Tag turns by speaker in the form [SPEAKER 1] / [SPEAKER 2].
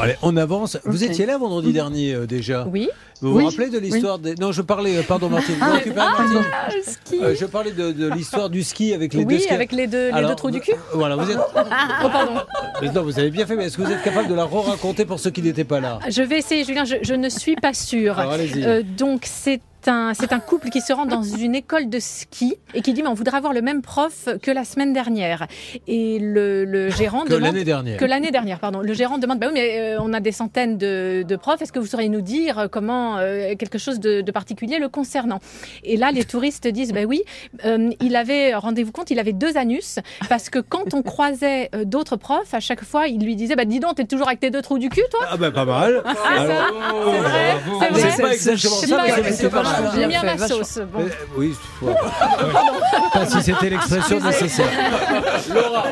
[SPEAKER 1] allez, on avance. Vous
[SPEAKER 2] Ok.
[SPEAKER 1] étiez là vendredi dernier euh, déjà.
[SPEAKER 3] Mhm. Oui.
[SPEAKER 1] Vous vous
[SPEAKER 2] Oui.
[SPEAKER 1] rappelez de l'histoire des. Non, je parlais. euh, Pardon, Martine. Vous occupez, Martine
[SPEAKER 3] Ah, le ski.
[SPEAKER 1] Euh, je parlais de, de l'histoire du ski avec les deux
[SPEAKER 3] oui,
[SPEAKER 1] skis.
[SPEAKER 3] avec les deux, les
[SPEAKER 1] Alors,
[SPEAKER 3] deux trous du cul.
[SPEAKER 1] vous- euh, Voilà, vous êtes.
[SPEAKER 3] Oh, pardon.
[SPEAKER 1] Mais non, vous avez bien fait, mais est-ce que vous êtes capable de la re-raconter pour ceux qui n'étaient pas là
[SPEAKER 3] Je vais essayer, Julien. Je, je ne suis pas sûre.
[SPEAKER 1] Alors, allez-y.
[SPEAKER 3] Euh, donc c'est un, c'est un couple qui se rend dans une école de ski et qui dit mais on voudrait avoir le même prof que la semaine dernière. Et le, le gérant
[SPEAKER 1] que
[SPEAKER 3] demande
[SPEAKER 1] l'année dernière.
[SPEAKER 3] que l'année dernière, pardon. Le gérant demande bah oui mais euh, on a des centaines de, de profs. Est-ce que vous sauriez nous dire comment euh, quelque chose de, de particulier le concernant Et là les touristes disent bah oui, euh, il avait rendez-vous compte, il avait deux anus parce que quand on croisait euh, d'autres profs à chaque fois, il lui disait bah dis donc t'es toujours avec tes deux trous du cul toi.
[SPEAKER 1] Ah, bah, pas mal. Alors,
[SPEAKER 3] C'est vrai, c'est
[SPEAKER 1] mais
[SPEAKER 3] vrai.
[SPEAKER 1] c'est pas exactement
[SPEAKER 3] Je
[SPEAKER 1] ça, Ah mais c'est-
[SPEAKER 3] sais pas,
[SPEAKER 1] c'est pas
[SPEAKER 3] voilà,
[SPEAKER 1] mal.
[SPEAKER 3] J'ai mis
[SPEAKER 4] Bien
[SPEAKER 3] à ma
[SPEAKER 4] fait,
[SPEAKER 3] sauce. Bon.
[SPEAKER 1] Mais, euh, oui, je- ouais. pas si c'était l'expression nécessaire. Laura,